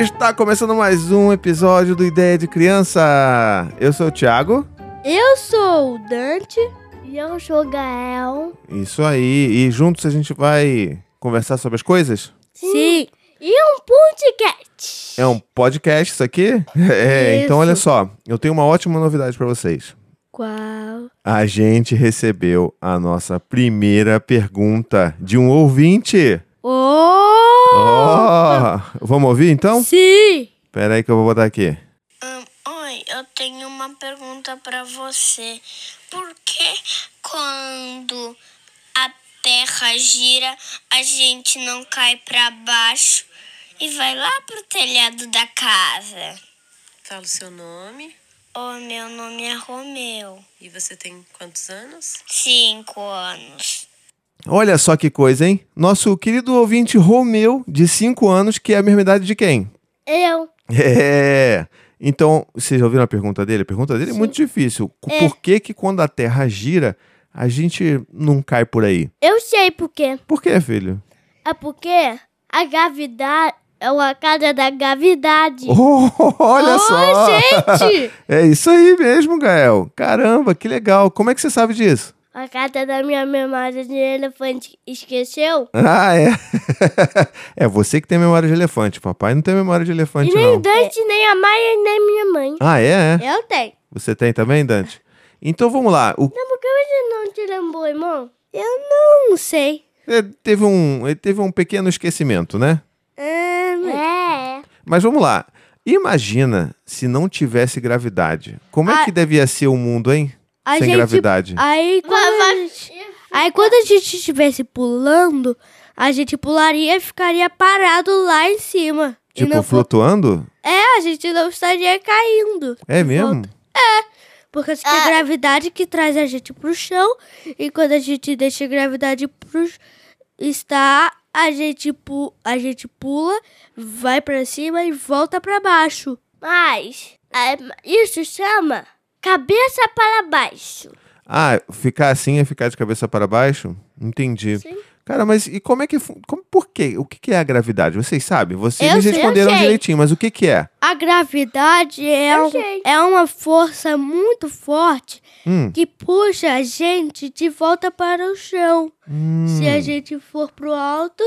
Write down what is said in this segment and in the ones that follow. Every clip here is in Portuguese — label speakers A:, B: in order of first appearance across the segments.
A: Está começando mais um episódio do Ideia de Criança. Eu sou o Thiago.
B: Eu sou o Dante e eu sou o Gael.
A: Isso aí. E juntos a gente vai conversar sobre as coisas?
B: Sim. E um podcast.
A: É um podcast isso aqui? É,
B: Isso.
A: então olha só. Eu tenho uma ótima novidade para vocês.
B: Qual?
A: A gente recebeu a nossa primeira pergunta de um ouvinte.
B: Oh!
A: Oh, vamos ouvir então?
B: Sim.
A: Pera aí que eu vou botar aqui.
C: Oi, eu tenho uma pergunta para você. Por que quando a Terra gira, a gente não cai para baixo e vai lá pro telhado da casa?
D: Fala o seu nome
C: Oh, meu nome é Romeu.
D: e você tem quantos anos?
C: Cinco anos.
A: Olha só que coisa, hein? Nosso querido ouvinte Romeu, de 5 anos, que é a mesma idade de quem?
B: Eu.
A: É. Então, vocês já ouviram a pergunta dele? A pergunta dele é muito difícil. C- Por que que quando a Terra gira, a gente não cai por aí?
B: Eu sei por quê.
A: Por quê, filho?
B: É porque a gravidade é uma casa da gravidade.
A: Oh, olha
B: Oi,
A: só!
B: gente!
A: É isso aí mesmo, Gael. Caramba, que legal. Como é que você sabe disso?
B: a casa da minha memória de elefante esqueceu.
A: Ah, é. é você que tem memória de elefante. Papai não tem memória de elefante,
B: e nem
A: não.
B: Dante, nem a Maia, nem minha mãe.
A: Ah, é? é?
B: Eu tenho.
A: Você tem também, Dante? Então vamos lá. O
B: Não, por que você não tira um bom, irmão? Eu não sei.
A: É, teve um, ele teve um pequeno esquecimento, né?
B: É.
A: Mas vamos lá. Imagina se não tivesse gravidade. Como é
B: Ah.
A: que devia ser o mundo, hein?
B: A
A: Sem
B: gente-
A: gravidade.
B: Aí quando, a gente, aí quando a gente estivesse pulando, a gente pularia e ficaria parado lá em cima. E
A: tipo,
B: não fo-
A: flutuando?
B: É, a gente não estaria caindo.
A: É mesmo?
B: Porque tem a gravidade que traz a gente pro chão. E quando a gente deixa a gravidade pro ch- está, a gente, pu a gente pula, vai pra cima e volta pra baixo. Mas é, isso chama cabeça para baixo.
A: Ah, ficar assim é ficar de cabeça para baixo? Entendi.
B: Sim.
A: Cara, mas e como é que. fu- Como, por quê? O que, que é a gravidade? Vocês sabem? Vocês
B: Eu
A: me
B: sei, eu
A: responderam
B: sei.
A: direitinho, mas o que, que é?
B: A gravidade é,
C: Eu
B: um-
C: sei.
B: é uma força muito forte
A: Hum.
B: que puxa a gente de volta para o chão. Se a
A: Hum.
B: gente for pro alto,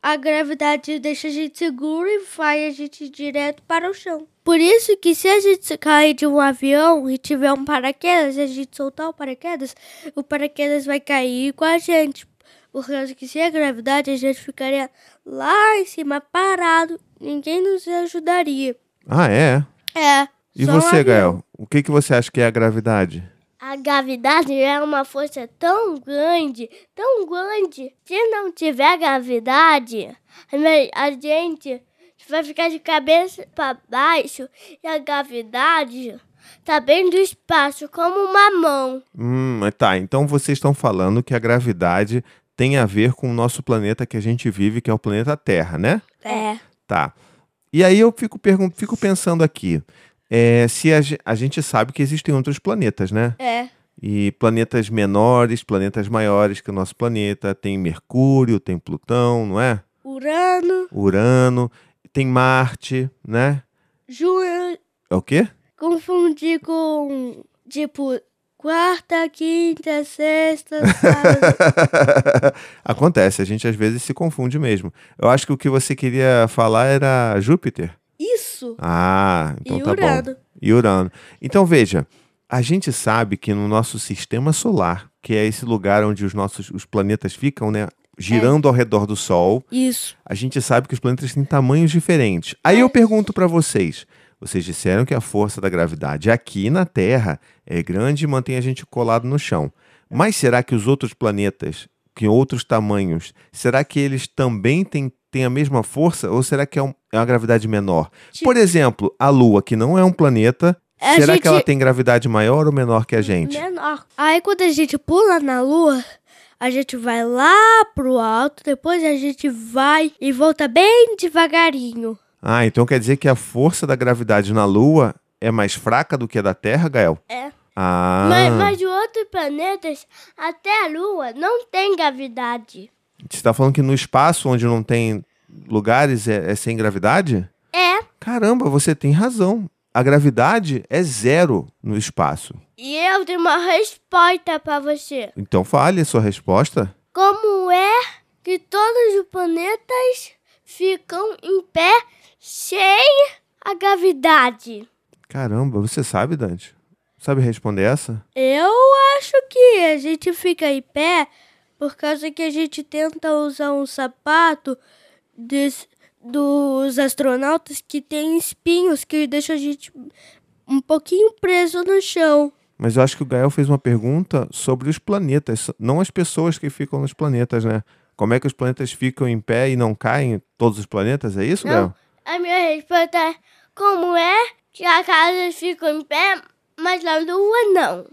B: a gravidade deixa a gente seguro e vai a gente direto para o chão. Por isso que se a gente cair de um avião e tiver um paraquedas, e a gente soltar o paraquedas, o paraquedas vai cair com a gente. Por causa que sem a gravidade, a gente ficaria lá em cima parado, ninguém nos ajudaria.
A: Ah, é?
B: É.
A: E
B: só um
A: você,
B: avião.
A: Gael? O que, que você acha que é a gravidade?
B: A gravidade é uma força tão grande, tão grande. Se não tiver gravidade, a gente vai ficar de cabeça para baixo e a gravidade tá bem do espaço, como uma mão.
A: Hum, tá. Então vocês estão falando que a gravidade tem a ver com o nosso planeta que a gente vive, que é o planeta Terra, né?
B: É.
A: Tá. E aí eu fico, pergun- fico pensando aqui. é, se a, ge- a gente sabe que existem outros planetas, né?
B: É.
A: E planetas menores, planetas maiores que o nosso planeta. Tem Mercúrio, tem Plutão, não é?
B: Urano,
A: Urano, tem Marte, né?
B: Júnior,
A: É o quê?
B: confundi com, tipo, quarta, quinta, sexta, sábado.
A: Acontece, a gente às vezes se confunde mesmo. Eu acho que o que você queria falar era Júpiter.
B: Isso.
A: Ah, então
B: e
A: tá bom.
B: Urano.
A: E Urano. Então veja, a gente sabe que no nosso sistema solar, que é esse lugar onde os nossos os planetas ficam, né, girando ao redor do Sol,
B: Isso.
A: a gente sabe que os planetas têm tamanhos diferentes. Aí eu pergunto pra vocês, vocês disseram que a força da gravidade aqui na Terra é grande e mantém a gente colado no chão. Mas será que os outros planetas, que outros tamanhos, será que eles também têm, têm a mesma força ou será que é, um- é uma gravidade menor?
B: Tipo-
A: Por exemplo, a Lua, que não é um planeta,
B: A
A: será
B: gente-
A: que ela tem gravidade maior ou menor que a gente?
B: Menor. Aí quando a gente pula na lua, a gente vai lá pro alto, depois a gente vai e volta bem devagarinho.
A: Ah, então quer dizer que a força da gravidade na Lua é mais fraca do que a da Terra, Gael?
B: É.
A: Ah.
B: de outros planetas, até a lua não tem gravidade.
A: Você tá falando que no espaço onde não tem lugares é, é sem gravidade?
B: É.
A: Caramba, você tem razão. A gravidade é zero no espaço.
B: E eu tenho uma resposta para você.
A: Então fale a sua resposta.
B: Como é que todos os planetas ficam em pé sem a gravidade?
A: Caramba, você sabe, Dante? Sabe responder essa?
B: Eu acho que a gente fica em pé por causa que a gente tenta usar um sapato des- dos astronautas que tem espinhos que deixa a gente um pouquinho preso no chão.
A: Mas eu acho que o Gael fez uma pergunta sobre os planetas, não as pessoas que ficam nos planetas, né? Como é que os planetas ficam em pé e não caem todos os planetas? É isso,
B: Não.
A: Gael?
B: A minha resposta é: como é que a casa fica em pé, mas a lua não?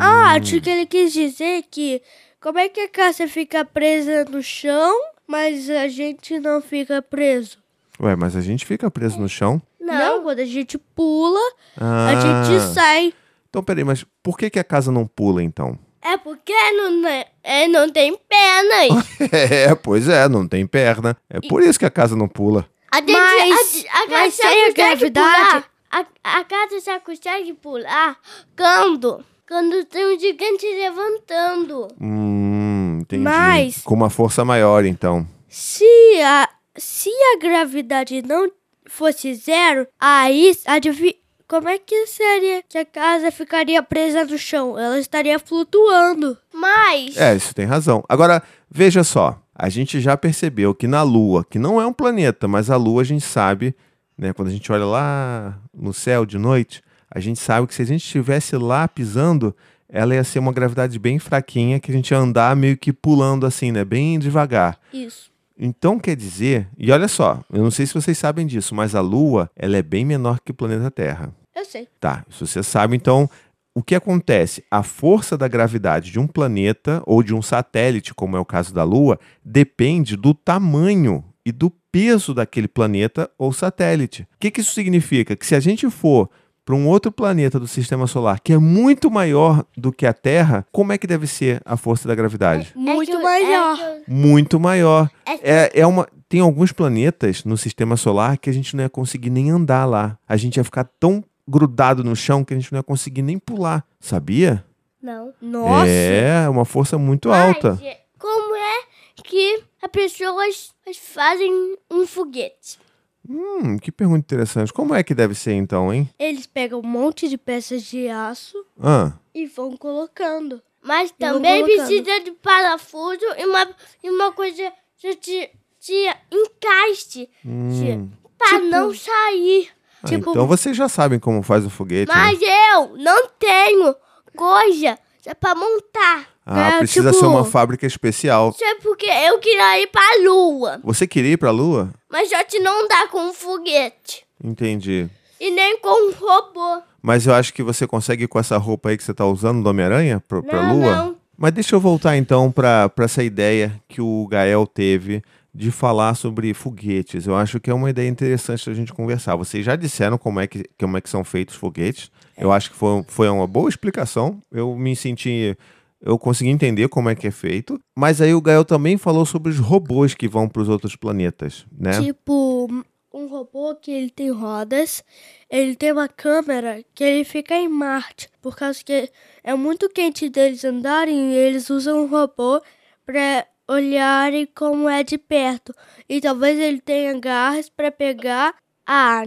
B: Ah, acho que ele quis dizer que como é que a casa fica presa no chão, mas a gente não fica preso.
A: Ué, mas a gente fica preso no chão.
B: Não, quando a gente pula,
A: Ah,
B: a gente sai.
A: Então, peraí, mas por que, que a casa não pula, então?
B: É porque não, é, não tem pernas.
A: É, pois é, não tem perna. É por isso que a casa não pula.
B: A gente,
E: Mas-
B: a, a casa
E: mas
B: só
E: sem a
B: consegue
E: gravidade-
B: pular. A, a casa só consegue pular quando, quando tem um gigante levantando.
A: Hum, entendi.
B: Mas-
A: Com uma força maior, então.
B: Se a, se a gravidade não fosse zero, aí adivi- como é que seria que a casa ficaria presa no chão? Ela estaria flutuando. Mas
A: É, isso tem razão. Agora, veja só. A gente já percebeu que na Lua, que não é um planeta, mas a Lua a gente sabe, né? Quando a gente olha lá no céu de noite, a gente sabe que se a gente estivesse lá pisando, ela ia ser uma gravidade bem fraquinha, que a gente ia andar meio que pulando assim, né? Bem devagar.
B: isso.
A: Então quer dizer, e olha só, eu não sei se vocês sabem disso, mas a Lua, ela é bem menor que o planeta Terra.
B: Eu sei.
A: Tá, isso você sabe. Então, o que acontece? A força da gravidade de um planeta ou de um satélite, como é o caso da Lua, depende do tamanho e do peso daquele planeta ou satélite. O que, que isso significa? Que se a gente for para um outro planeta do sistema solar que é muito maior do que a Terra, como é que deve ser a força da gravidade?
B: Muito
E: que o-
B: maior.
E: é que
A: Muito maior. É, é uma. Tem alguns planetas no sistema solar que a gente não ia conseguir nem andar lá. A gente ia ficar tão grudado no chão que a gente não ia conseguir nem pular, sabia?
E: Não.
B: Nossa.
A: É, uma força muito alta.
E: Mas,
B: Como é que as pessoas fazem um foguete?
A: Hum, que pergunta interessante. Como é que deve ser então, hein?
B: Eles pegam um monte de peças de aço
A: Ah,
B: e vão colocando.
E: mas
B: Eu vou
E: também
B: colocando.
E: precisa de parafuso e uma, e uma coisa de, de, de encaixe
A: hum.
E: para
B: Tipo-
E: não sair.
A: Ah,
B: tipo-
A: então vocês já sabem como faz o foguete. né?
E: Mas eu não tenho coisa para montar. Né,
A: Ah,
B: é,
A: precisa
B: tipo-
A: ser uma fábrica especial.
E: Só porque eu queria ir para a lua,
A: Você queria ir pra Lua?
E: mas só que não dá com um foguete
A: Entendi.
E: e nem com um robô.
A: Mas eu acho que você consegue ir com essa roupa aí que você tá usando do Homem-Aranha pra, pra
E: Não,
A: lua?
E: não.
A: Mas deixa eu voltar então pra pra essa ideia que o Gael teve de falar sobre foguetes. Eu acho que é uma ideia interessante da gente conversar. Vocês já disseram como é que, como é que são feitos os foguetes.
E: É.
A: Eu acho que foi, foi uma boa explicação. Eu me senti. Eu consegui entender como é que é feito. Mas aí o Gael também falou sobre os robôs que vão para os outros planetas, né?
B: Tipo, um robô que ele tem rodas, ele tem uma câmera que ele fica em Marte, por causa que é muito quente deles andarem e eles usam um robô para olharem como é de perto. E talvez ele tenha garras para pegar a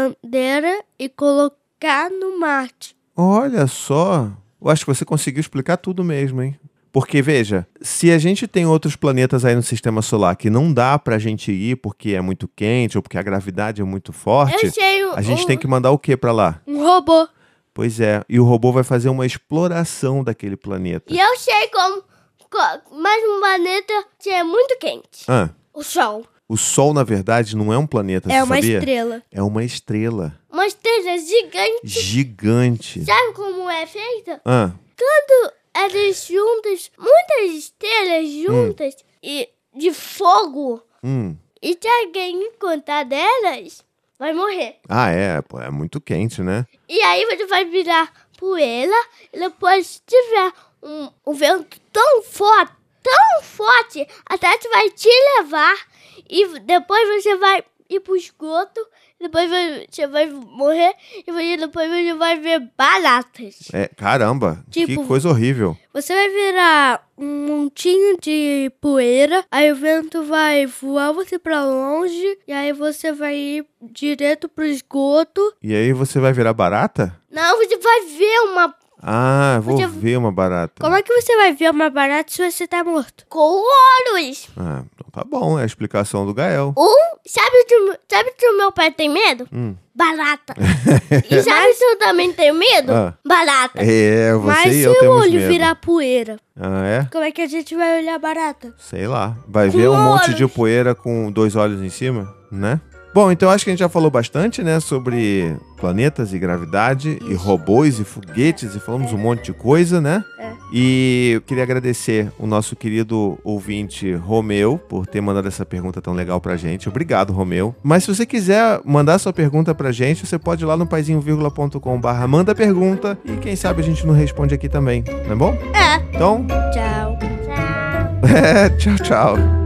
B: bandeira e colocar no Marte.
A: Olha só, eu acho que você conseguiu explicar tudo mesmo, hein? Porque veja, se a gente tem outros planetas aí no sistema solar que não dá pra gente ir porque é muito quente ou porque a gravidade é muito forte,
E: Eu sei
B: é
E: um o-
A: a gente
E: o-
B: Hum.
A: tem que mandar o quê pra lá?
B: Um robô.
A: Pois é, e o robô vai fazer uma exploração daquele planeta.
E: E eu sei como. co- Mais um planeta que é muito quente.
A: Ah,
E: O Sol.
A: o Sol na verdade não é um planeta,
B: É
A: você
B: uma
A: sabia?
B: estrela.
A: É uma estrela
E: Uma estrela gigante.
A: gigante.
E: Sabe como é feita?
A: Ah,
E: Quando elas juntas, muitas estrelas juntas e de fogo,
A: hum.
E: e se alguém encontrar delas, vai morrer.
A: ah é, pô, é muito quente, né?
E: E aí você vai virar poeira e depois se tiver um, um vento tão forte, tão forte, até que vai te levar e depois você vai ir pro esgoto depois vai- você vai morrer e você- depois você vai ver baratas.
A: É, caramba,
B: Tipo-
A: que coisa horrível.
B: Você vai virar um montinho de poeira, aí o vento vai voar você pra longe, e aí você vai ir direto pro esgoto.
A: E aí você vai virar barata?
E: Não, você vai ver uma
A: Ah, vou
E: Podia-
A: ver uma barata.
B: Como é que você vai ver uma barata se você tá morto?
E: com olhos.
A: Ah, então tá bom, é a explicação do Gael.
E: Um, sabe o que, o- sabe o que o meu pai tem medo?
A: Hum.
E: Barata. e sabe o que eu também tenho medo?
A: Ah.
E: Barata.
A: É, você
B: Mas
A: e
B: se
A: eu
B: o
A: temos
B: olho
A: medo.
B: virar poeira,
A: Ah, é?
B: como é que a gente vai olhar a barata?
A: Sei lá. Vai
E: Com
A: ver um monte de
E: olhos.
A: poeira com dois olhos em cima, né? Bom, então acho que a gente já falou bastante, né, sobre planetas e gravidade e robôs e foguetes e falamos
E: É.
A: um monte de coisa, né?
B: É.
A: E eu queria agradecer o nosso querido ouvinte Romeu por ter mandado essa pergunta tão legal pra gente. Obrigado, Romeu. Mas se você quiser mandar sua pergunta pra gente, você pode ir lá no paizinho.com/barra manda pergunta e quem sabe a gente não responde aqui também, não é bom? É. Então,
B: Tchau.
A: é, tchau, tchau.